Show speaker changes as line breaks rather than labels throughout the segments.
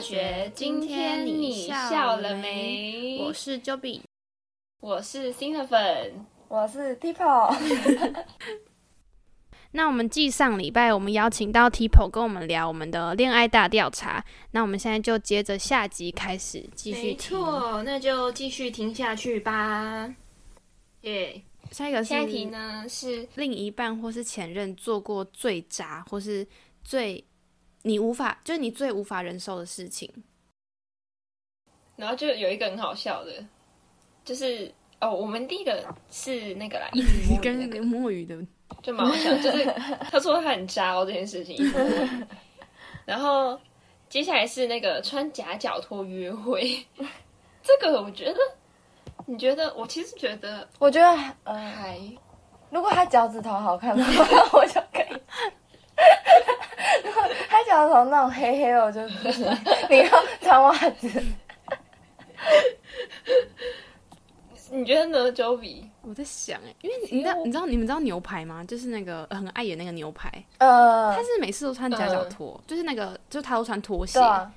学，今天你笑了没？
我是 Joby，
我是新的粉，
我是 Tipo。
那我们继上礼拜我们邀请到 Tipo 跟我们聊我们的恋爱大调查，那我们现在就接着下集开始继续
没
听。
错，那就继续听下去吧。耶、
下一个是
下一题呢是
另一半或是前任做过最渣或是最你无法就是你最无法忍受的事情。
然后就有一个很好笑的，就是哦，我们第一个是那个啦，一直摸鱼那
跟
个
跟摸鱼的，
就 蛮好笑，就是他说他很渣哦这件事情，一直摸鱼 然后接下来是那个穿夹脚拖约会，这个我觉得，你觉得我其实觉得
我觉得，
嗯
呃，
还
如果他脚趾头好看的话， 我就可以；如果他脚趾头那种黑黑的，我就不行。你要穿袜子，
你觉得呢，Jovi？
我在想哎，因为你你知道你知道你们知道牛排吗？就是那个呃很碍眼那个牛排，
呃
他，是每次都穿夹脚拖，就是那个就是他都穿拖鞋
对，啊，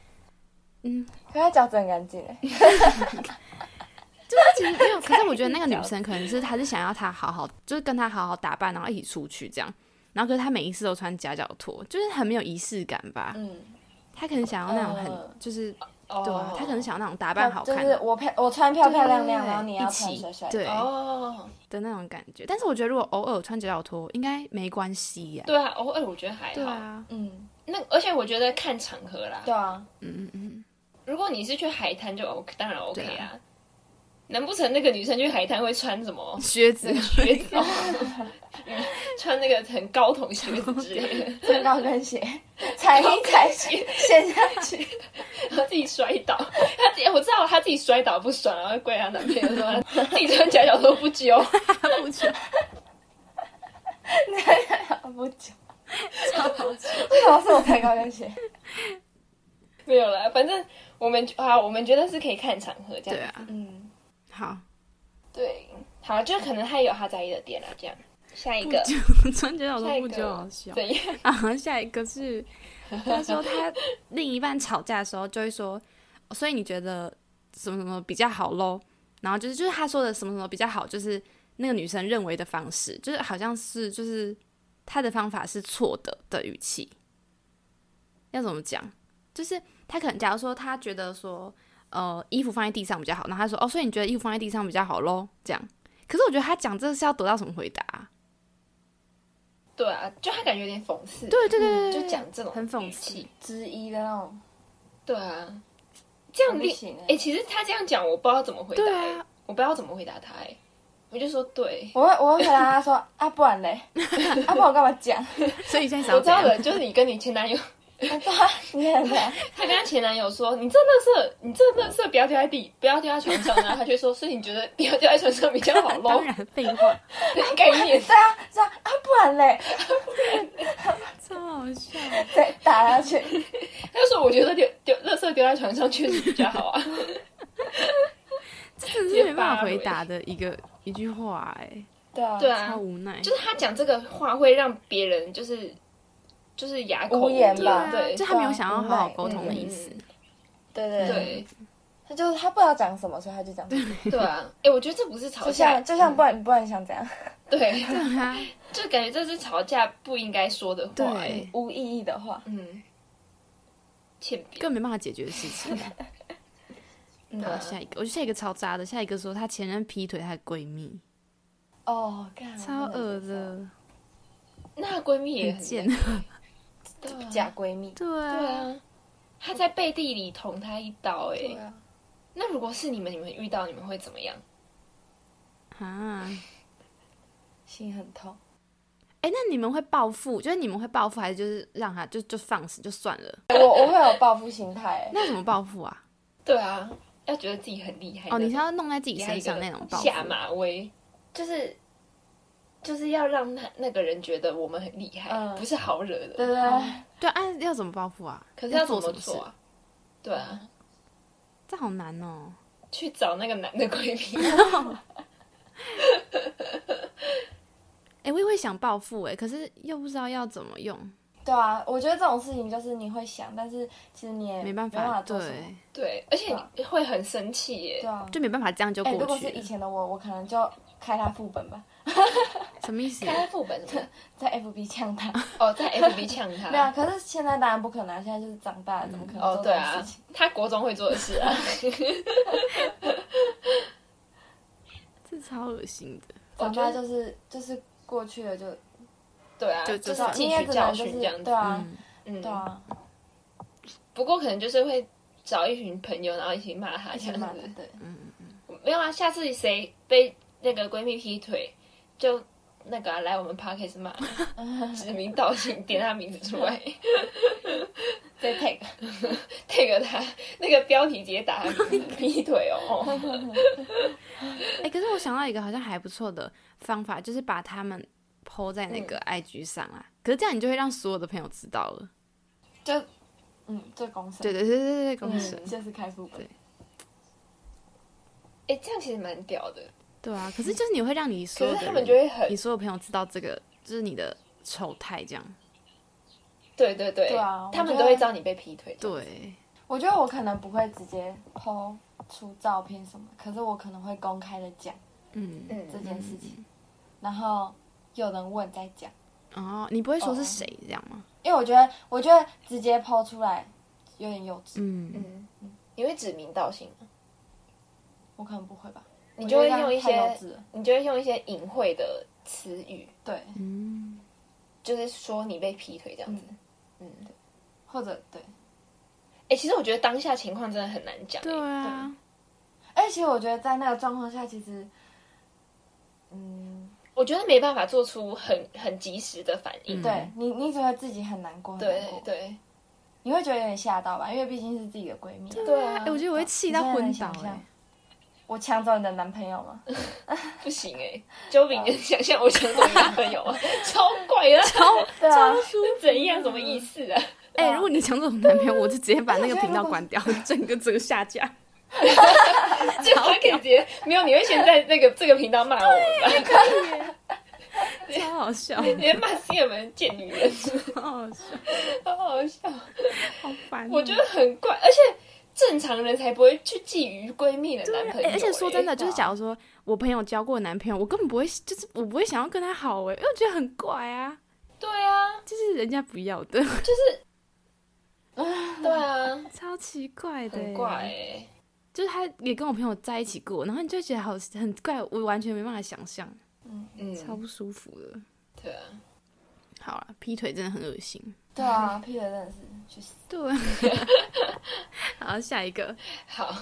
嗯，
可他脚趾很干净欸
就是其实没有，可是我觉得那个女生可能是她是想要他好好，就是跟他好好打扮，然后一起出去这样。然后可是他每一次都穿夹脚拖，就是很没有仪式感吧。
嗯，
他可能想要那种
嗯
很就是
哦，
对啊，他可能想要那种打扮好看
就
的，
是我漂我穿漂漂亮亮，
对
然后你要
一
穿
起
帅帅的。
对
哦，
的那种感觉。但是我觉得如果偶尔穿夹脚拖应该没关系呀、
对啊，偶尔我觉得还好。
对啊，
嗯，
那而且我觉得看场合啦，
对啊，
嗯嗯嗯，
如果你是去海滩就 OK，当然 OK
对
啊。难不成那个女生去海滩会穿什 么
靴子
靴子？穿那个很高筒靴子之类的，
穿高跟鞋， 踩一踩
鞋
陷下去。
然后自己摔倒。她自己我知道她自己摔倒不爽，然后跪她男朋友说她自己穿夹脚拖不揪，
他不穿，
不久，
超好吃。
为什么是我穿高跟鞋？
没有啦。反正我们啊，我们觉得是可以看场合这样。
对啊，
嗯，
好，
对，好，就可能他也有他在意的点啦，啊这样。下一
不
个，
久穿夹脚
下
拖
一
不
个
久好笑。
对，
啊，下一个是他说他另一半吵架的时候就会说，哦所以你觉得什么什么比较好喽？然后就是就是他说的什么什么比较好，就是那个女生认为的方式，就是好像是就是他的方法是错的的语气，要怎么讲？就是他可能假如说他觉得说，呃，衣服放在地上比较好，然后他说哦，所以你觉得衣服放在地上比较好喽？这样，可是我觉得他讲这是要得到什么回答啊、
对啊，就他感觉有点讽刺，
对对对对
嗯
对
就讲这种
很讽
语
刺
气，
之一的那种，
对啊，这样
不
你
行欸
哎、其实他这样讲，我不知道怎么回答、
对
欸，
啊
我不知道怎么回答他、欸，我就说对，
我会我会回答他说啊，不然嘞，啊不然我干嘛讲？
所以现在想
我
要
知道
怎样
了，就是你跟你前男友，
啊对啊，你很难。
他跟他前男友说，你这垃圾，你这垃圾不要丢在地， 不要丢在床上，然后他就说，所以你觉得不要丢在床上比较好咯
当，然废 话。
概 念，
对啊，是啊，啊不然嘞，
超好笑，
对，打下去。
他就说我觉得丢丢垃圾丢在床上确实比较好啊，
这真的是没办法回答的一个一句话哎、
对啊，
对
超
啊，
无 奈。
就是他讲这个话会让别人就是就是哑口
无言
言
吧
对
啊
啊
就他没有想要好好沟通的意思。
对对对，
对
他就是他不知道讲什么，所以他就讲什么。
对啊，哎、我觉得这不是吵
就
架，
像就像不然不然你想怎样，
对，
对啊，
就感觉这是吵架不应该说的话、欸
对，，
无意义的话。
嗯，欠扁，
更没办法解决的事 情。
啊
嗯
好，下一个，我觉得下一个超渣的，下一个说她前任劈腿她的闺蜜，
哦，干
嗯
超恶。
我真的
的，
那她闺蜜也
很
很
贱。
对
接受
啊
假闺蜜。
对
对
啊，
啊，她在背地里捅她一刀、
对
哎、
啊，
那如果是你们，你们遇到你们会怎么样？
啊，
心很痛。
哎、那你们会报复？就是你们会报复，还是就是让她就就放肆就算了？
我我会有报复心态，欸
那怎么报复啊？
对啊，要觉得自己很厉害
哦，你
那
是
种
要弄在自己
哎给她一
身
个
上那种报复？
下马威，就是就是要让那那个人觉得我们很厉害，
嗯
不是好惹的。
对对对，
对啊，要怎么报复啊？
可是要怎
做
么
什么事
做？啊？对啊，
这好难哦。
去找那个男的闺蜜。
哎、我也会想报复哎，可是又不知道要怎么用。
对啊，我觉得这种事情就是你会想，但是其实你也
没办
法，
法，
做什么。
对，
对，而且你会很生气耶
对。啊，
就没办法这样就
哎、如
过
果
去
是以
了。
前的我，我可能就开他副本吧，
什么意思？
开副本什么？
在 FB 呛 他。
哦，在 FB 呛他。
没有啊，可是现在当然不可能啊，现在就是长大了，怎么可能
哦
做，这
对
种
啊
事情？，
他国中会做的事啊。
这超恶心的。
长
我觉
大
得
就是就是过去了就
对啊，
就
就
就是算
汲
应该
取
只
教
能就
训
是
这样
对
子。
啊、
嗯，
嗯
对，啊，
不过可能就是会找一群朋友，然后一起骂他
一
这
起
样
骂的
子。
对，
没有啊，下次谁被那个闺蜜劈腿，就那个、啊、来我们 podcast 骂， 指名道姓点他名字出 来
对 take
，tag 他，那个标题直接打他名字劈腿 哦。哦
哎、可是我想到一个好像还不错的方法，就是把他们 PO 在那个 IG 上啊。可是这样你就会让所有的朋友知道了。
就嗯，就公审，
对对对对对，公审。
嗯，就是开副本
对，
哎、这样其实蛮屌的，
对啊，可是就是你会让你所
可
有
是
的
他们
人
就会很
你所有朋友知道这个，就是你的丑态这样。
对对对，
对啊
他们
我觉得
都会知道你被劈腿。
对，
我觉得我可能不会直接 PO 出照片什么，可是我可能会公开的讲
嗯，
嗯，
这件事情，然后有人问再讲，
哦，你不会说是
哦
谁这样吗？
因为我觉得我觉得直接 PO 出来有点幼稚，
嗯，
嗯，你会指名道姓吗，
我可能不会吧，
你就会
我觉得
用一
这样太
些
幼稚了，
你就会用一些隐晦的词语，
对，
嗯，
就是说你被劈腿这样子。嗯，哎、
或者对。
其实我觉得当下情况真的很难讲、欸
对啊，
而且我觉得在那个状况下，其实，嗯，
我觉得没办法做出很很及时的反应。
嗯哦
对你，你只会自己很难过，很难
对
过，
对，
你会觉得有点吓到吧？因为毕竟是自己的闺蜜。
对啊
哎、我觉得我会气到昏倒、
你现在能想象
哎，
我抢走你的男朋友 吗？
不行哎、周炳能想象我想做男朋友啊，超怪的，
对啊，
怎样？什么意思啊？
哎、如果你抢走我男朋友，我就直接把那个
而且
频道
如果
关掉， 整个整个下架。嗯
这个可以直接没有？你会先在那个这个频道骂我们吧？
超好笑，
直接骂 C 们贱女人，
超好笑，
好好笑。
好烦哦、
我觉得很怪，而且正常人才不会去觊觎闺蜜的男朋友、
哎而且说真的，
哎
就是假如说我朋友交过男朋友，我根本不会，就是我不会想要跟他好哎、因为我觉得很怪啊，
对啊，
就是人家不要的，
对啊，
超奇怪的、
很怪、欸。
就是他也跟我朋友在一起过，然后你就觉得好很怪，我完全没办法想象，超
嗯，
不舒服的。
对啊，
好了，劈腿真的很恶心。
对啊，屁的真的是去死。
对， 好，下一个，
好，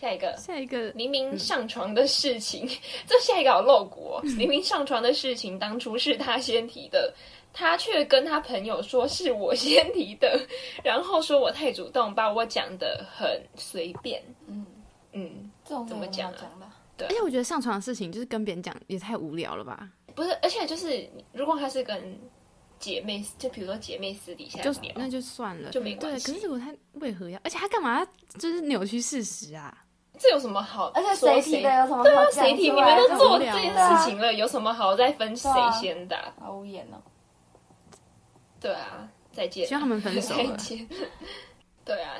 下一个。
下一个，
明明上床的事情， 这下一个好露骨、哦。
嗯
明明上床的事情，当初是他先提的，他却跟他朋友说是我先提的， 然后说我太主动，把我讲的很随便。
嗯，
嗯，
这种
怎么讲
讲
啊
讲
而
的？
哎且我觉得上床的事情就是跟别人讲也太无聊了吧？
不是，而且就是如果他是跟姐妹，就比如说姐妹私底下
就
聊，
那就算了，
就没
对。
关
可
系
是我他为何要？而且他干嘛？就是扭曲事实啊！
这有什么好？
而且
说谁
谁
啊
提的有什么好讲出来？
谁提？你们都做
这
这
样
件
对啊
事情了，有什么好再分谁
对啊
先的啊？
好无言 哦。
对啊，再见
希望他
啊，
们分手
再
了。
见。对啊，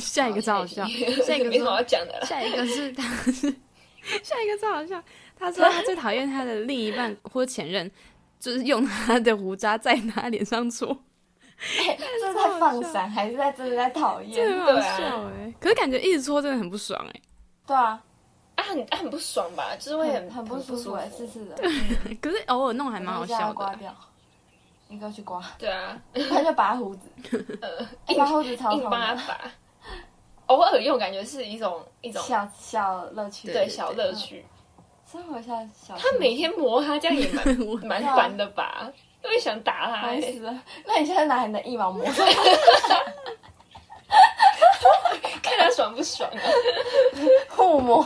下一个超好
哦
笑，下一个
没什么要
说，
讲的了。
下一个是他是 下一个超好笑。他说他最讨厌他的另一半或前任，就是用他的胡渣在他脸上搓。
哎这是在放闪，还是在真的在讨
这很
厌？
好
对啊
笑哎、可是感觉一直搓真的很不爽哎、
对啊，
啊，很啊很不爽吧，就是会
很
很
很不
不
舒服
服
哎，是是的，
可是偶尔弄还蛮好
我叫他
笑的
刮
啊。
掉，你给我去刮，
对啊，
他就拔胡子， 哎
硬
拔胡子超
硬
痛
帮他
的。
拔，偶尔用感觉是一种一种
小小乐趣，
对小乐趣。
生活下小。
他每天磨他这样也蛮蛮烦的吧，都会想打他
烦
欸。
死了。那你现在拿你的一毛摸，
看他爽不爽啊！
互摸，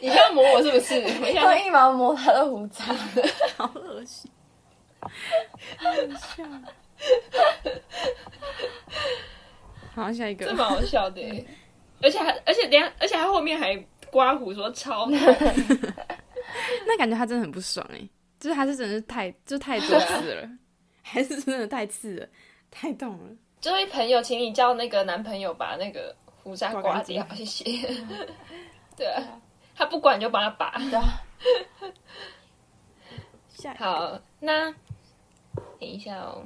你现在磨我是不是？我现
用
在
一毛摸他的胡渣，
好恶心，好笑。好，下一
这
个。
蛮好笑的欸，而且还而且等一下而且他后面还刮胡说超好，
欸 那感觉他真的很不爽哎、就是他是真的是太就太多次了，还是真的太刺了，太痛了。
这位朋友，请你叫那个男朋友把那个胡渣刮掉，谢 谢。对啊，他不管你就帮他拔。
对啊，
下一个，
好，那等一下哦，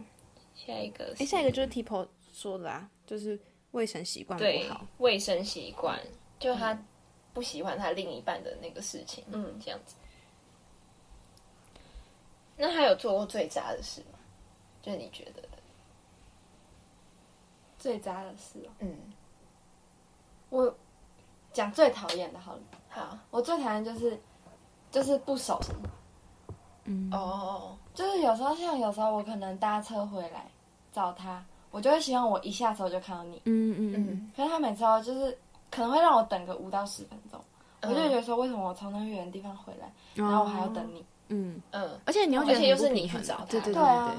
下一个是，
哎，下一个就是 Tipo 说的啊，就是卫生习惯
对
不好。
卫生习惯，就他不喜欢他另一半的那个事情，嗯，这样子。那他有做过最渣的事吗？就是你觉得的，
最渣的事哦，
嗯，
我讲最讨厌的好了，
好，
我最讨厌就是就是不守什么，
嗯，
哦，哦
就是有时候像有时候我可能搭车回来找他，我就会希望我一下车就看到你，
嗯嗯嗯
嗯，
可是他每次都就是可能会让我等个五到十分钟，我就
嗯
觉得说为什么我从那么远的地方回来，
然
然后我还要等。你？
嗯，
嗯，
而且你又觉得
而且又是
很不
你
平衡
去找他
对对
对啊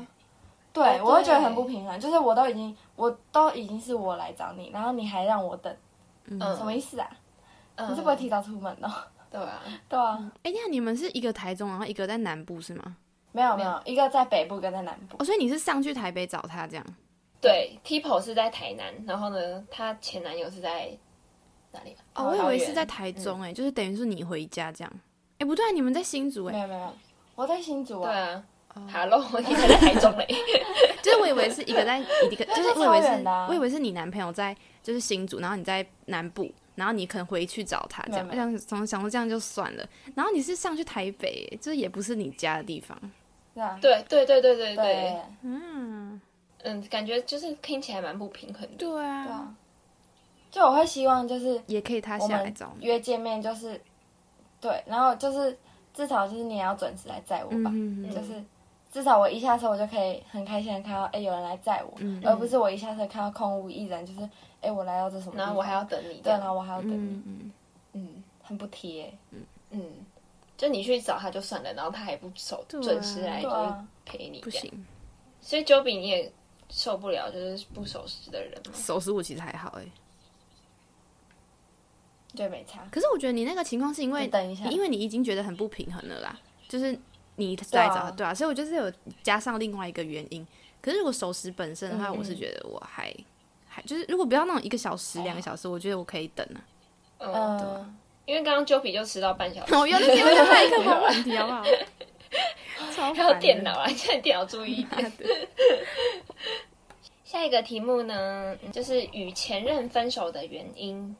对，
对，
哦
我会觉得
对
很不平衡，就是我都已经我都已经是我来找你，然后你还让我等，
嗯
嗯
什么意思啊？
嗯
你是不会提早出门的哦？
对啊，
对啊，
哎，那你们是一个台中，然后一个在南部是吗？
没有
没
没
有
有，一个在北部，一个在南部。
哦，所以你是上去台北找他这样？
对，Tipo 是在台南，然后呢，她前男友是在哪里啊？
哦，我以
桃
为
园
是在台中，哎，就是等于是你回家这样。哎，不对啊，你们在新竹
没
哎，
有没有，我在新竹
对
啊，
啊。Hello，你
哦
还在台中 嘞？
就是我以为是一个在一个，就是
那是
我以为
超
是
远的啊
我以为是你男朋友在就是新竹，然后你在南部，然后你可能回去找他这样，我
没有
想从想说这样就算了，然后你是上去台北，哎就是也不是你家的地方，
对啊，
对对对对对
对
对，
嗯，
嗯，感觉就是听起来蛮不平衡的。
对
对
啊，
啊，就我会希望就是
也可以他
我
下来
们
找你，
约见面就是，对，然后就是至少就是你也要准时来载我吧，
嗯嗯
就是至少我一下车我就可以很开心的看到哎有人来载我，
嗯
而不是我一下车看到空无一人，就是哎我来到这什么地方，
然后我还要等你，
对，然后我还要等你
嗯，嗯，
嗯
很不贴，
嗯，就你去找他就算了，然后他还不守
对啊
准时来，
对
就是
啊，
陪你
不
这样。
行，
所以 j o b y 你也受不了，就是不守时的人嘛。
手是我其实还好哎，
对没差，
可是我觉得你那个情况是因为
就等一下，
因为你已经觉得很不平衡了啦，就是你来找
对啊
他，对啊，所以我就是有加上另外一个原因。可是如果守时本身的话，
嗯嗯
我是觉得我还还就是如果不要那种一个小时、两个小时，我觉得我可以 等啊。
嗯，
嗯，
因为刚刚 j o b y 就迟到半 小时，
我又是因为麦 克风问题，好不 好？超
哦还有电脑 啊，现在电脑注意一
啊
点。 下一个题目呢，嗯就是与前任分手的原因。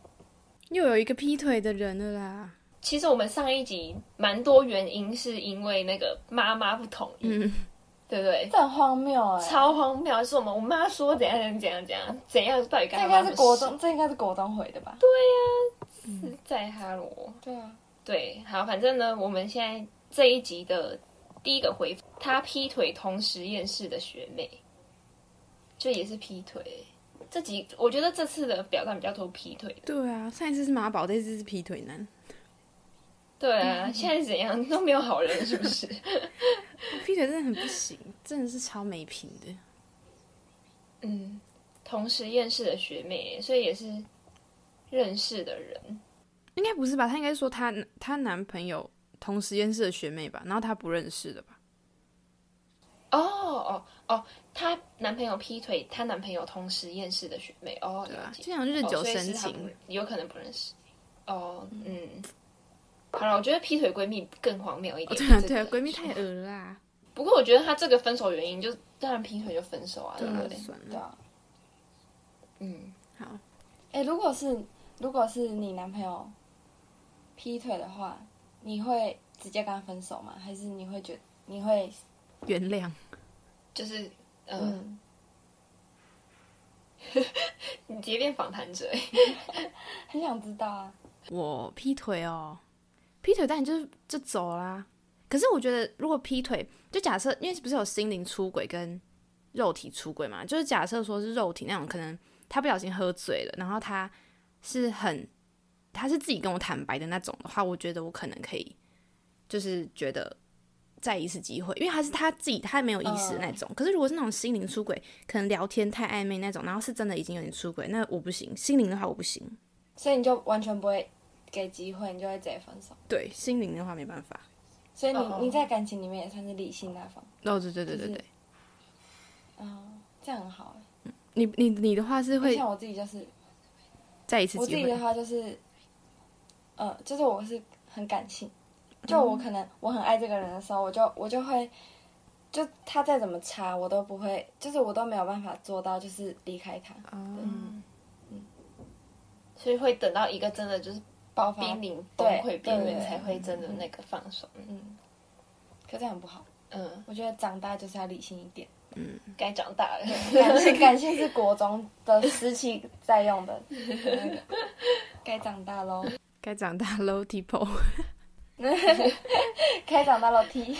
又有一个劈腿的人了啦。
其实我们上一集蛮多原因是因为那个妈妈不同意，
嗯，
对不对？
这很荒谬哎，
超荒谬，是我们我妈说怎样怎样怎样怎样，到底干
这
嘛？
应该是国中，这应该是国中回的吧？对
是在哈罗。
对啊，
对，好，反正呢，我们现在这一集的第一个回复，他劈腿同实验室的学妹，就也是劈腿。这集我觉得这次的表达比较多劈腿的，
对啊，上一次是马宝，这次是劈腿男。
对
嗯
啊， 现在是怎样都没有好人，是不是？
劈腿真的很不行，真的是超没品的。
嗯，同实验室的学妹，所以也是认识的人。
应该不是吧？她应该说她她男朋友同实验室的学妹吧，然后她不认识的吧？
哦哦哦，她男朋友劈腿，她男朋友同实验室的学妹。哦，
对
了
啊，
解。
就像日久
哦所以
生
是她不
情，
认有可能不认识。哦，嗯。好了，我觉得劈腿闺蜜更荒谬一点。
对啊
这个
对啊，闺蜜太恶了啦，
不过我觉得她这个分手原因，就当然劈腿就分手啊，对
对
不
啊，
对？
算
对
了，
啊，
嗯，
好，
哎，如果是如果是你男朋友劈腿的话，你会直接跟他分手吗？还是你会觉得你会
原谅。
就是嗯，
嗯，
嗯
你直接变访谈者。
很想知道啊？
我劈腿哦，劈腿当然就是就走啦。可是我觉得，如果劈腿，就假设因为不是有心灵出轨跟肉体出轨嘛，就是假设说是肉体那种，可能他不小心喝醉了，然后他是很他是自己跟我坦白的那种的话，我觉得我可能可以，就是觉得再一次机会，因为他是他自己他没有意识的那种。可是如果是那种心灵出轨，可能聊天太暧昧那种，然后是真的已经有点出轨，那我不行，心灵的话我不行。
所以你就完全不会给机会，你就会直接分手。
对，心灵的话没办法。
所以你
哦哦
你在感情里面也算是理性那方，
哦，对对对对
就是
对，
哦
嗯，这样很好
你你你的话是
欸。
会
像我自己就是，
再一次
我自
机
己的
会，
话就是，呃，就是我是很感性，就我可能我很爱这个人的时候，我就我就会，就他再怎么差，我都不会，就是我都没有办法做到，就是离开他，
哦，
嗯
嗯所以会等到一个真的就是
爆发。
濒临崩
对
溃边
对
缘，
对
才会真的那个放手。
嗯，可这样很不好。
嗯，
我觉得长大就是要理性一 点，
该长大了。
啊
感性感性是国中的时期在用的，那个该长大喽，
该长大 low people，
该长大喽 T。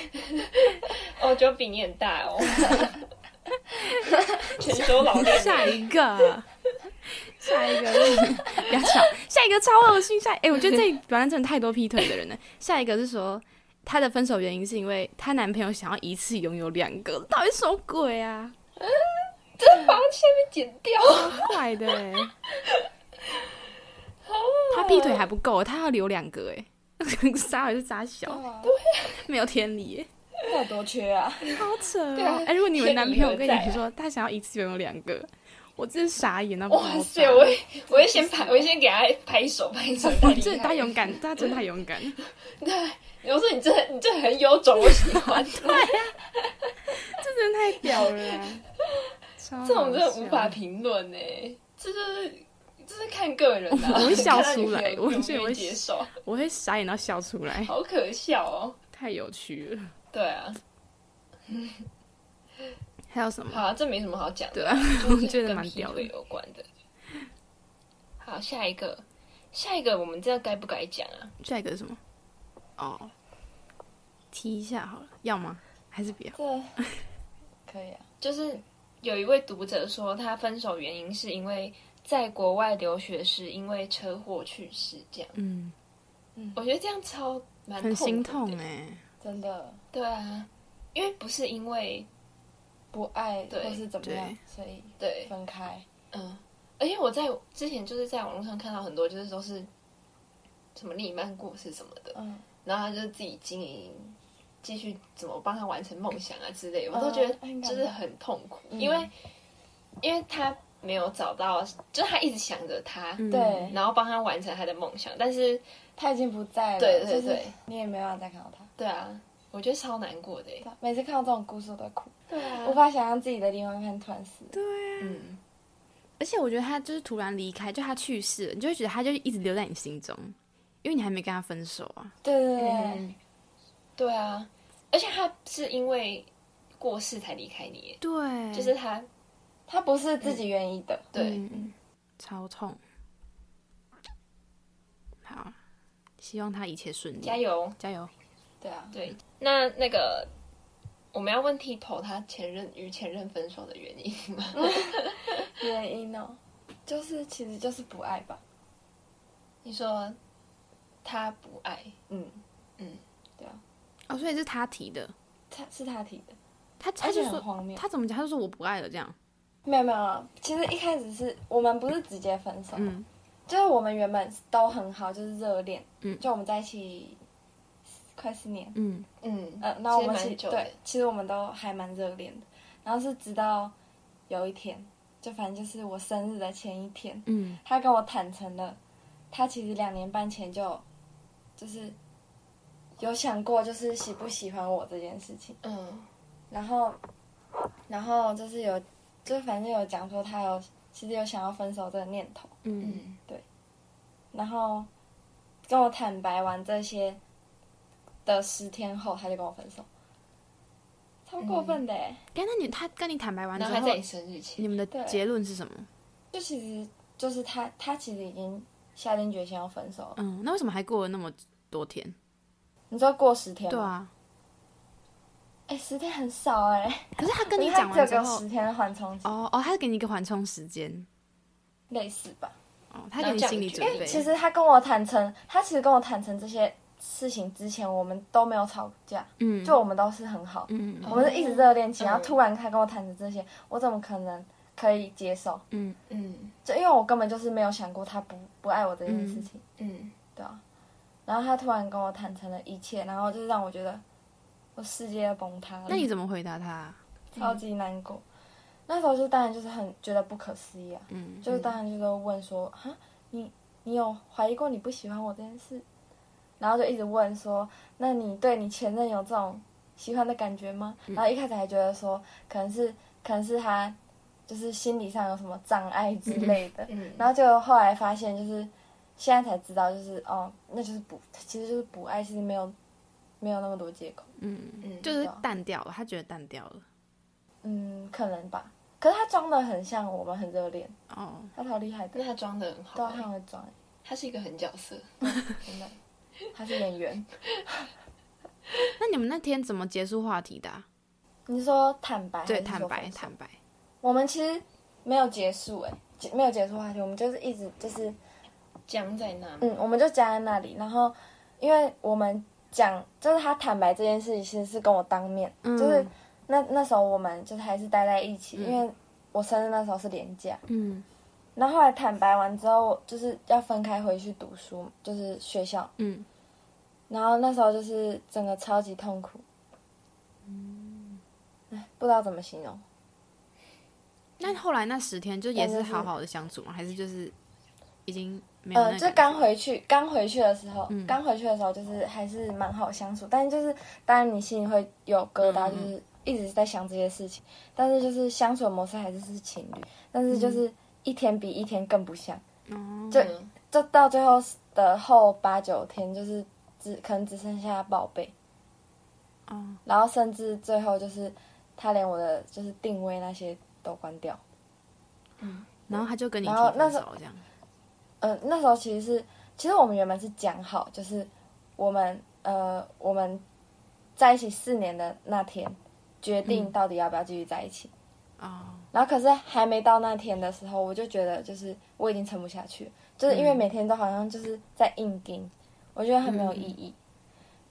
哦，我觉得比你很大 哦，全球老练。
下一 个，下一个，不要吵，下一个超恶心，下哎、我觉得这里表达真的太多劈腿的人了。下一个是说她的分手原因是因为她男朋友想要一次拥有两个，到底什么鬼啊？
帮下面剪掉。
坏的、 欸，他劈
哦
腿还不够，他要留两个哎、欸， 杀还是杀小，
哦
没有天理、欸，
这有多缺啊！
好扯哦、
啊
哎、如果你们男朋友跟
天理何在
你
啊
说他想要一次拥有两个，我真是傻眼到爆炸
哇塞，我会我会先拍，我会先给他拍手拍手。
哇这他勇敢，他真的太勇 敢了，
我说你这你这很有种，我喜 欢。
嗯这真的太屌了啊、超
这种真的
好笑
无法评论呢，这就是这是看个人的、啊。
我会笑
看
出来
你有
我
有
觉
没
得我
有
会
接受，
我会傻眼到笑出来，
好可笑哦。
太有趣了。
对啊，
还有什么？
好啊，这没什么好讲的。
对啊，
我
我觉得蛮屌的
有关的。好，下一个，下一个，我们这该不该讲啊？
下一个是什么？哦，提一下好了，要吗？还是不要？
这 可以啊，
就是有一位读者说，他分手原因是因为在国外留学时因为车祸去世，这样。
嗯，
我觉得这样超蛮
很心
痛
痛
苦的
哎、
真的
对啊，因为不是因为
不爱
对
或是怎么样
对，
所以
对，
分开。
嗯，而且我在之前就是在网络上看到很多，就是都是什么另一半故事什么的，
嗯，
然后他就是自己经营，继续怎么帮他完成梦想啊之类的，我都觉
哦
得
嗯
就是很痛苦，
嗯
因为因为他没有找到，就是他一直想着他，
嗯
对，
然后帮他完成他的梦想，但是
他已经不在了，
对对
就是
对
你也没办法再看到他。
对啊，我觉得超难过的耶，欸
每次看到这种故事我都哭，
对啊
无法想象自己的另外一半突然死。
嗯，
而且我觉得他就是突然离开，就他去世了，你就会觉得他就一直留在你心中，因为你还没跟他分手啊。
对对对
嗯，对啊，而且他是因为过世才离开你耶，
对，
就是他
他不是自己愿意的。
对。
嗯超痛。好，希望他一切顺利，
加油！
加油！
对啊，
对，那那个我们要问 Tipo 他前任与前任分手的原因 吗？
原因哦，就是其实就是不爱吧。
你说他不爱，
嗯，
哦，所以是他提的，
他是他提的，
他他
而且
就
很
说
荒谬。
他怎么讲？他就说我不爱了这样。
没有没有没有，其实一开始是我们不是直接分手，
嗯
就是我们原本都很好，就是热恋，
嗯
就我们在一起快四年，
嗯，
嗯
呃，那我们
其实
其
蛮久的
对，其实我们都还蛮热恋的。然后是直到有一天，就反正就是我生日的前一天，
嗯，
他跟我坦诚了，他其实两年半前就就是有想过，就是喜不喜欢我这件事情。
嗯
然后，然后就是有，就反正有讲说他有其实有想要分手这个念头。
嗯，
嗯
然后跟我坦白完这些的十天后，他就跟我分手，超过分的、欸。
哎、那你他跟你坦白完之
然后
后，
还在你生日前
你，们的
对
结论是什么？
就其实就是他，他其实已经下定决心要分手了。
嗯，那为什么还过了那么多天？
你知道过十天
对
吗？
啊，
哎、十天很少哎、
可是他 跟你
我觉得
讲
他
完
只
之
有个
后
十，天的缓冲期，
哦哦，他给你一个缓冲时间，
类似吧。
哦，他给你心理准
那这样对
备。
哎其实他跟我坦诚，他其实跟我坦诚这些事情之前，我们都没有吵架，
嗯，
就我们都是很好，
嗯
我们是一直热恋期。
嗯
然后突然他跟我坦诚这些，我怎么可能可以接受？
嗯
嗯
就因为我根本就是没有想过他不不爱我这件事情，
嗯
对啊。然后他突然跟我坦诚了一切，然后就是让我觉得我世界要崩塌了，
那你怎么回答他啊？
超级难过。那时候就当然就是很觉得不可思议啊，
嗯，
就是当然就都问说哈，你你有怀疑过你不喜欢我这件事？然后就一直问说，那你对你前任有这种喜欢的感觉吗？
嗯
然后一开始还觉得说，可能是可能是他就是心理上有什么障碍之类的，
嗯，
然后就后来发现，就是现在才知道，就是哦，那就是不，其实就是不爱，其实没有没有那么多借口。
嗯
就是淡掉了，他觉得淡掉了。
嗯，可能吧。可是他装的很像我们很热恋，
哦，
他超厉害的
那，他装的很好、
对啊，他很会装欸，
他是一个狠角色。
真的，他是演员。
那你们那天怎么结束话题的啊、
你说坦白还
对，
是
坦
说
白，
分手
坦白。
我们其实没有结束哎、结没有结束话题，我们就是一直就是
僵在那，
嗯，我们就夹在那里。然后，因为我们讲，就是他坦白这件事情，其实是跟我当面，
嗯
就是那那时候我们就是还是待在一起，
嗯
因为我生日那时候是连假。
嗯
然后后来坦白完之后，就是要分开回去读书，就是学校。
嗯，
然后那时候就是整个超级痛苦，嗯，不知道怎么形容。
那后来那十天就也是
但是
好好的相处吗？还是就是已经没有那
呃，
个
就
感觉嗯
刚回去，刚回去的时候，刚回去的时候就是还是蛮好相处，但是就是当然你心里会有疙瘩，
嗯嗯
就
嗯
是一直在想这些事情，但是就是相处的模式还是是情侣，但是就是
嗯
一天比一天更不像，
哦
就
嗯
就到最后的后八九天，就是只可能只剩下宝贝，
哦，
然后甚至最后就是他连我的就是定位那些都关掉，
然后他就跟你提
然后那
分
时
手这样。
呃，那时候其实是，其实我们原本是讲好，就是我们呃我们在一起四年的那天，决定到底要不要继续在一起。
哦，
然后可是还没到那天的时候，我就觉得就是我已经撑不下去，就是因为每天都好像就是在硬盯，我觉得很没有意义。
嗯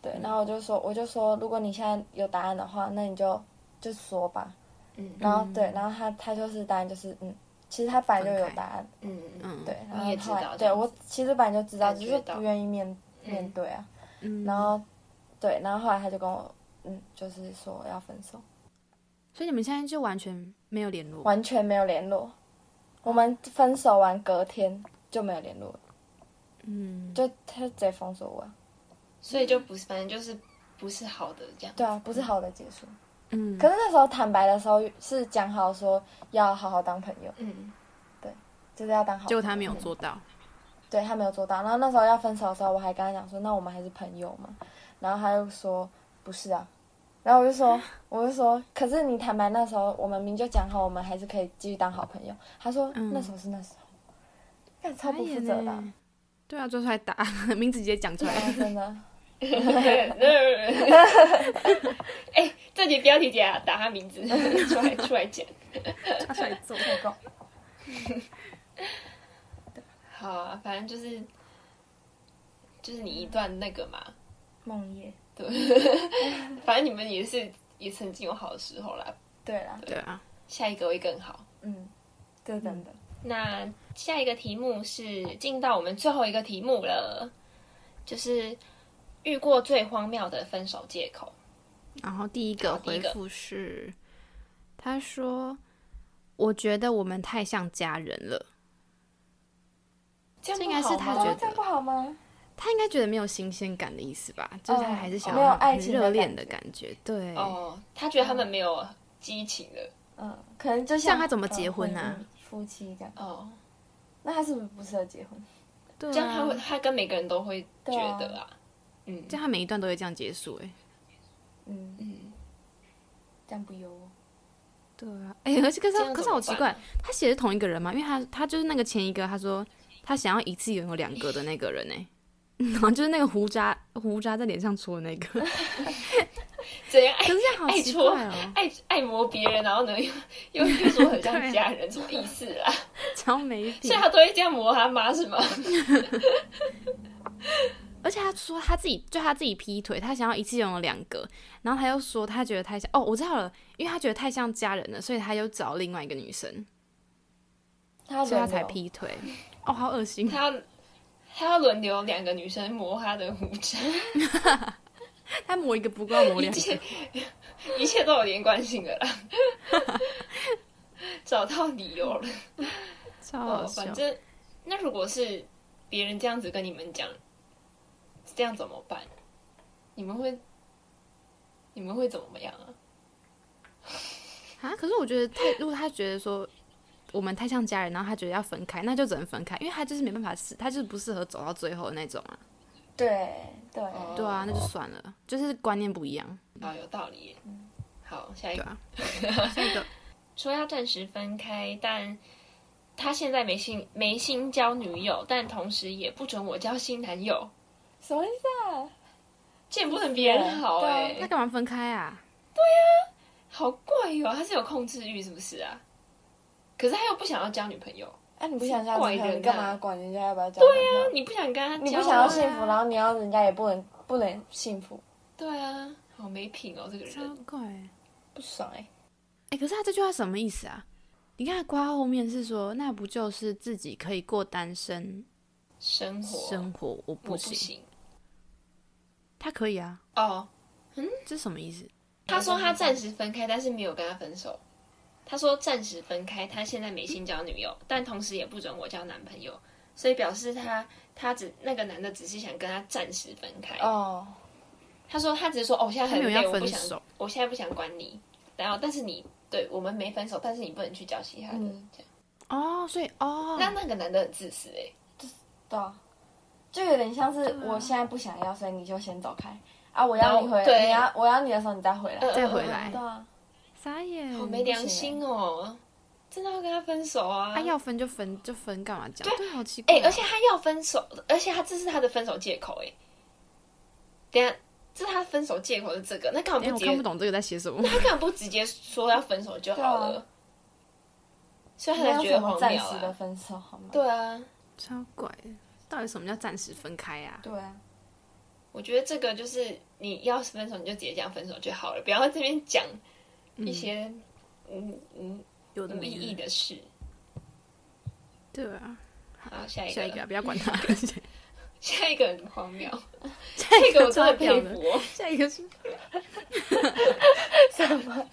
对，然后我就说，我就说，如果你现在有答案的话，那你就就说吧。
嗯
然后
嗯
对，然后他他就是答案就是嗯，其实他本来就有
分开
答案，
嗯嗯，
嗯，
对，然
你也
后
知
后
道
来
这
对
样
我其实本来就知道，
感
只
觉
是
到
不愿意面面
嗯
对啊。
嗯，
然后对，然后后来他就跟我，嗯，就是说要分手，
所以你们现在就完全没有联络。
完全没有联络。我们分手完隔天就没有联络了，
嗯，
就他就直接封锁我啊。
所以就不是，反正就是不是好的这样。
对啊，不是好的结束。
嗯，
可是那时候坦白的时候是讲好说要好好当朋友，
嗯，
就是要当好。
结果他没有，做到。
对他没有做到。然后那时候要分手的时候，我还跟他讲说，那我们还是朋友嘛。然后他又说不是啊。然后我 就说，我就说，可是你坦白那时候，我们明就讲好，我们还是可以继续当好朋友。他说、
嗯
那时候是那时候，干超不负责的啊、
哎呀对啊，做出来打 名字直接讲出来。
啊，真 的。
哎、这集标题姐打他名字 出来出来讲。
抓出来揍。
啊
好啊，反正就是就是你一段那个嘛，
梦夜，
反正你们也是也曾经有好的时候啦，
对啦，
对啊，
下一个会更好。
嗯，这是真的。
嗯
那下一个题目是进到我们最后一个题目了，就是遇过最荒谬的分手借口。
然后第一个
好第一
回
个
复是，他说：“我觉得我们太像家人了。
这样
这应
不
该是
好
他
吗
觉
哦
得
这样不好吗？”
他应该觉得没有新鲜感的意思吧？就是他还是想
没有
要
爱
很
情的
热恋的
感
感觉。对，
哦，他觉得他们没有激情了。
嗯，可能就
像他怎么结婚啊
嗯婚姻夫妻这样，
哦，
那他是不是不适合结婚？
对
这样他会，
啊，
他跟每个人都会觉得啊，嗯，
这样他每一段都会这样结束。哎，
嗯，
嗯，
这样不优哦。
对啊，哎，而且可
这样
是可是好奇怪，他写的是同一个人吗？因为他他就是那个前一个，他说他想要一次拥有两个的那个人哎， 然后就是那个胡渣胡渣在脸上戳的那个， 可
怎么办怎样爱
是这样好
爱
奇
戳
怪哦，
爱爱磨别人，然后呢又 又又说很像家人，什么意思啦？
超没品
所以。他都会这样磨他妈是吗？
而且他说他自己就他自己劈腿，他想要一次拥有两个，然后他又说他觉得太像哦，我知道了，因为他觉得太像家人了，所以他又找另外一个女生，
他要
所以他
轮流
才劈腿。哦，好恶心！
他要他要轮流两个女生磨他的胡渣，
他磨一个不够，磨两
一
个
切一切都有连贯性的啦。 找到理由了。
超
哦，
好笑
反。正那如果是别人这样子跟你们讲，这样怎么办？你们会你们会怎么样啊？
啊，可是我觉得太，如果他觉得说我们太像家人，然后他觉得要分开，那就只能分开，因为他就是没办法适，他就是不适合走到最后的那种啊。
对对，
哦
对啊，那就算了，就是观念不一样，
啊，有道理耶。好，下一
对
个
啊。下一个，
说要暂时分开，但他现在没新没新交女友，但同时也不准我交新男友，
什么意思啊？
这也不能别人好
对啊
哎、
那干嘛分开啊？
好怪哟、他是有控制欲是不是啊？可是他又不想要交女朋友，
啊，你不想交
怪
女朋友，
人
你干
啊
嘛管人家要不要交女朋友？
那你不想跟他交啊，
你不想要幸福，
啊
然后你要人家也不能不能幸福，
对啊，好没品哦，这个
超
人。
怪欸。
不爽哎、
哎、可是他这句话什么意思啊？你看他括号后面是说，那不就是自己可以过单身
生活，
生活？我
我不
不行，
行
他可以啊，
哦。
这什么意思？
他说他暂时分开，但是没有跟他分手。他说暂时分开，他现在没心交女友，但同时也不准我交男朋友，所以表示他他只那个男的只是想跟他暂时分开。
哦，
他说他只是说哦，我现在
他没有
很累，
要
我不
分
想，
手，
我现在不想管你。然后但是你对我们没分手，但是你不能去交其他的。
嗯
这样，
哦，所以哦，
那那个男的很自私哎、
对啊，就有点像是
对啊
我现在不想要，所以你就先走开啊！我
然
要
后
你回，
对
你要我要你的时候你再回来，
呃
再回来嗯
对啊，
傻眼，
好没良心哦，真的要跟他分手啊？
他、要分就分就分，干嘛讲？对，好奇怪
哎、
哦、
而且他要分手，而且他这是他的分手借口哎、等一下，这是他分手借口是这个，那干嘛
哎，
不
我
直
看
接
不？懂这个在写什么
那。他干嘛不直接说要分手就好
对
了
啊？
所以他
没
才
有
觉
什
得
么
荒
暂
谬
时的
啊。
分手好吗？
对啊，
超怪的，到底什么叫暂时分开啊？
对啊，
我觉得这个就是你要分手你就直接讲分手就好了，不要在这边讲一些无无
有嗯的
无
没
意义
的，
的事。
对啊。
好，下一个，
下一个啊，不要 管他了。下
下一个很荒 谬，
一
这个我真
超
的
屌
佩
的
服。，哦。
下一个是
什么？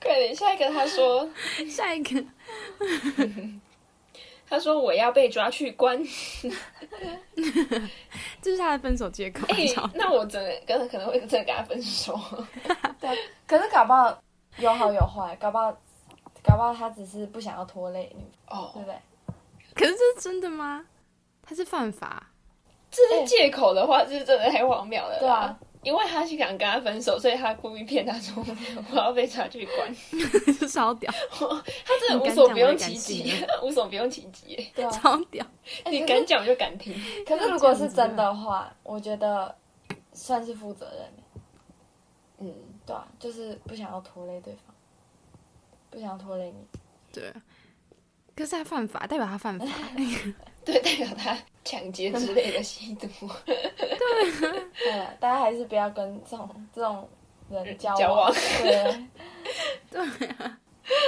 快点，下一个他说，
下一个，
他说我要被抓去关。
这是他的分手借口。
哎、
超
那我真的跟可能会真的跟他分手。
对啊，可是搞不好有好有坏，搞不好搞不好他只是不想要拖累你，对
哦，
不对？
可是这是真的吗？他是犯法，
这是借口的话，这是真的太荒谬了。
对啊，，
因为他是想跟他分手，所以他故意骗他说我要被抓去关。
超屌，
他真的无所不用其极， 无所不用其极。
对 啊，
超屌。
哎
你
可
敢
是
讲我就敢听。
可是如果是真的话，我觉得算是负责任的，
嗯，
对啊，就是不想要拖累对方，不想拖累你，
对啊，可是他犯法，代表他犯法。
对，代表他抢劫之类的吸 毒
对了，大家还是不要跟这种这种人嗯交往，
交往，
对，啊
对啊，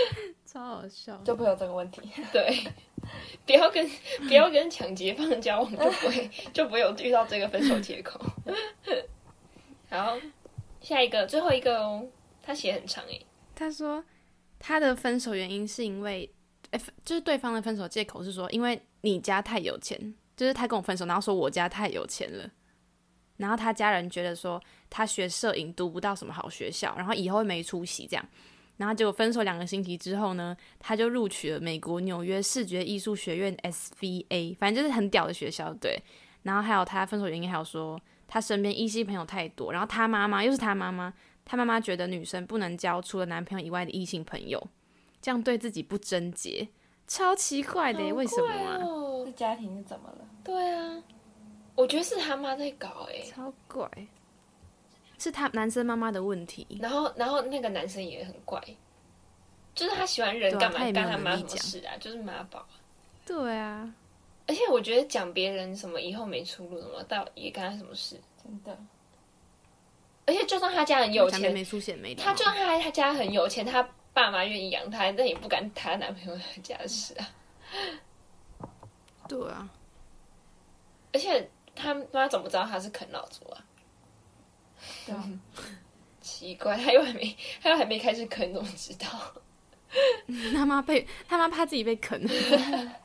超好笑。
就不会有这个问题。
对。不要跟不要跟抢劫犯交往，就不会就不会有遇到这个分手借口。 好，下一个最后一个哦，他写很长诶、
他说他的分手原因是因为，哎、就是对方的分手借口是说，因为你家太有钱，就是他跟我分手，然后说我家太有钱了，然后他家人觉得说他学摄影读不到什么好学校，然后以后会没出息这样。然后结果分手两个星期之后呢，他就录取了美国纽约视觉艺术学院 SVA，反正就是很屌的学校，对。然后还有他分手原因，还有说他身边异性朋友太多，然后他妈妈又是他妈妈，他妈妈觉得女生不能交除了男朋友以外的异性朋友，这样对自己不贞洁，超奇怪的耶，为什么
好怪
啊？
哦
这家庭是怎么了？
对啊，我觉得是他妈在搞哎、
超怪，欸是他男生妈妈的问题。
然后然后那个男生也很怪，就是他喜欢人
对啊
干嘛
他也
干
没有
他妈
能
什
力
么事啊，就是妈宝啊。
对啊，
而且我觉得讲别人什么以后没出路什么，到也干他什么事。
真的，
而且就算他家很有
前面
钱，
没出现没礼貌
他就算他他家很有钱，他爸妈愿意养他，但也不干他男朋友他家的事啊。
对啊，
而且他妈怎么知道他是啃老族啊？
对啊，
奇怪，他又还没他又还没开始啃，怎么知道？
他妈被他妈怕自己被啃，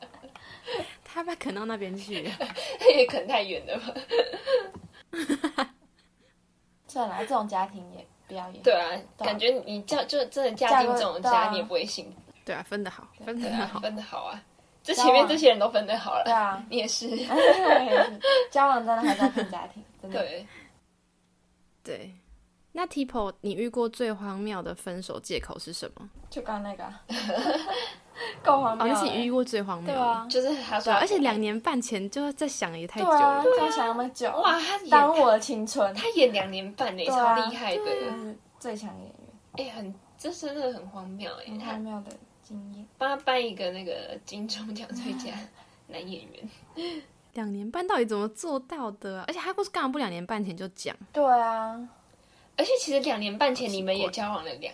他怕啃到那边去。
也可能太远了吧？
算了，这种家庭也不要演。
对啊，感觉你嫁就真的嫁进这种
嫁
家，
个
你也不会幸福。
对啊，分的好，分
对
的
啊，
好。
分的好啊，这前面这些人都分的好
对
了，
啊，
你也是。
交往真的还在看家庭，真的。
对，
对，那 Tipo，你遇过最荒谬的分手借口是什么？
就刚刚那个啊，够荒
哦，那
谬了。
是你遇过最荒谬
对
的。
啊，
就是他说
对
他
啊，
不，
而且两年半前就在想，也太
对
久了
啊，。这样想那么久，
哇，他演
耽误我的青春。
他演两年半呢，
对啊
超厉害的，
就是最强演员，
哎，很这真的很荒谬哎，
很荒
他
谬的经验。
帮他颁一个那个金钟奖最佳
嗯
男演员，
两年半到底怎么做到的啊、而且他故事干嘛不两年半前就讲？
对啊，
而且其实两年半前你们也
好奇
交往了两，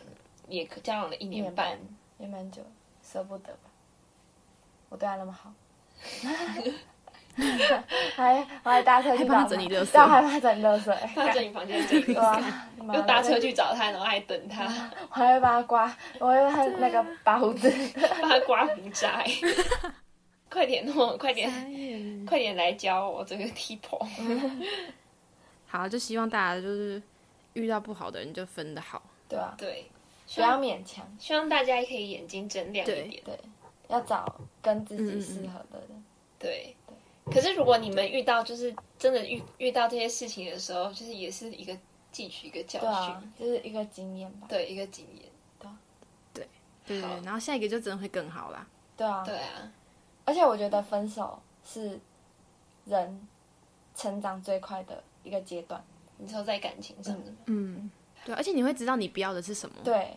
也交往了一
一
年
年
半
半，也蛮久，舍不得吧？我对他那么好，还还搭车去
还帮他整理垃
热
圾
对啊，还帮他整理热水，
他在你房间这
对
个，
啊，妈
又
的
搭车，去找他，然后还等他，
我还会帮他刮，我还会帮他那个拔胡子，
帮他刮胡渣，哎快点弄，快点。快点来教我这个 t i p o
好，就希望大家就是遇到不好的人就分的好。
对啊，
对，
不要勉强，
希望大家可以眼睛睁亮一点。
对，要找跟自
嗯嗯嗯
己适合的人。
对，可是如果你们遇到就是真的遇遇到这些事情的时候，就是也是一个汲取一个教
对啊
训，，
就是一个经验吧。
对一个经验。
对对
好
对，然后下一个就真的会更好啦。
对啊，
对啊，
而且我觉得分手是人成长最快的一个阶段。
你说在感情上，
嗯，对，而且你会知道你不要的是什么，
对，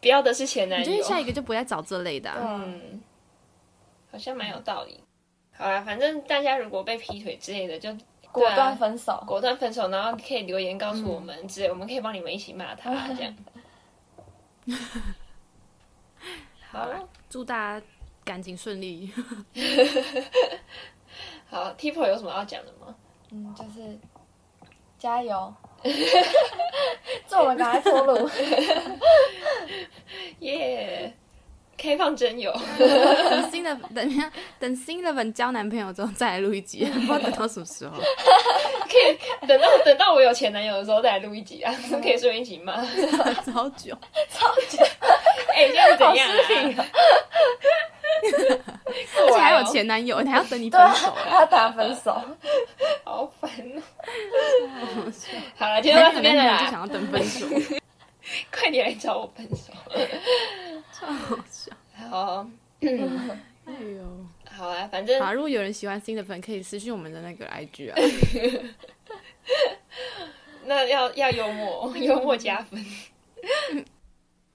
不要的是前男
你就是下一
友。
个就不要找这类的、啊。
嗯，好像蛮有道理。好啊，反正大家如果被劈腿之类的，就
果断分手。
果断分手，然后可以留言告诉我们
嗯
之类，我们可以帮你们一起骂 他这样。好啊。
祝大家感情顺利。
好 t i p o 有什么要讲的吗？
嗯，就是加 油，祝我们赶快脱乳。
啊耶、开放真友，
等新的等一下等新的本交男朋友之后再来录一集，不知道等到什么时候。
等到等到我有前男友的时候再来录一集啊，
嗯
我们可以顺便一起骂。
好久，
哎、这样怎样、啊？
而
而
且还有，前男友，你还要等你分手、啊
还啊要打分手，
好烦哦、
好笑
好了，今天到这
怎
边了
就
啦，
想要等分手，
快点来找我分手。
超好笑。
好
哎呦，
好啊，反正
好，如果有人喜欢新的粉，可以私信我们的那个 IG 啊。
那要要幽默， 幽默 加分，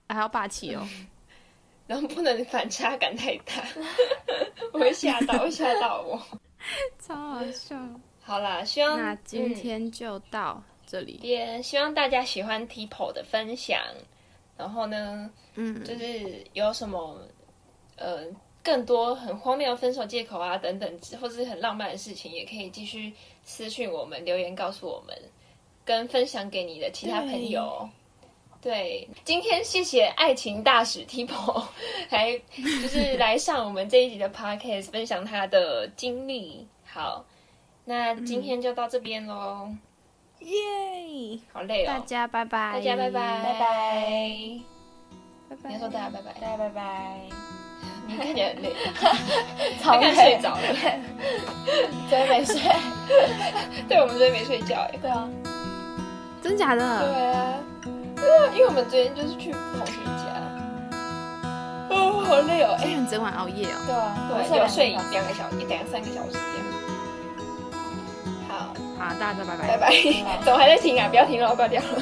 还要霸气哦！
然后不能反差感太大，我会吓到，会吓到我。
超好笑。
好啦，希望
那今
嗯
天就到这里，
也希望大家喜欢 Tipo 的分享。然后呢，
嗯，
就是有什么呃更多很荒谬的分手借口啊等等，或是很浪漫的事情，也可以继续私讯我们留言告诉我们，跟分享给你的其他朋友。对，今天谢谢爱情大使 Tipo 来就是来上我们这一集的 Podcast 分享他的经历。好，那今天就到这边 喽。
耶！
好累哦，
大家拜拜，
大家拜拜，
拜拜
拜
你
拜
要说大家拜拜，
大家拜拜。
你看起来很累，
超
看睡着，了。
真没睡。
对，我们昨天没睡觉哎。
对啊，
真假
对
的？
啊，对啊，因为我们昨天就是去同学家。哦，好累哦
哎，
哎。
你整晚熬夜哦。
对啊，我
对，有睡
两个小时
两个小时，两三个小时这样。好，
啊好，大家都拜拜
拜。拜，怎么还在听啊？不要停了，我挂掉了。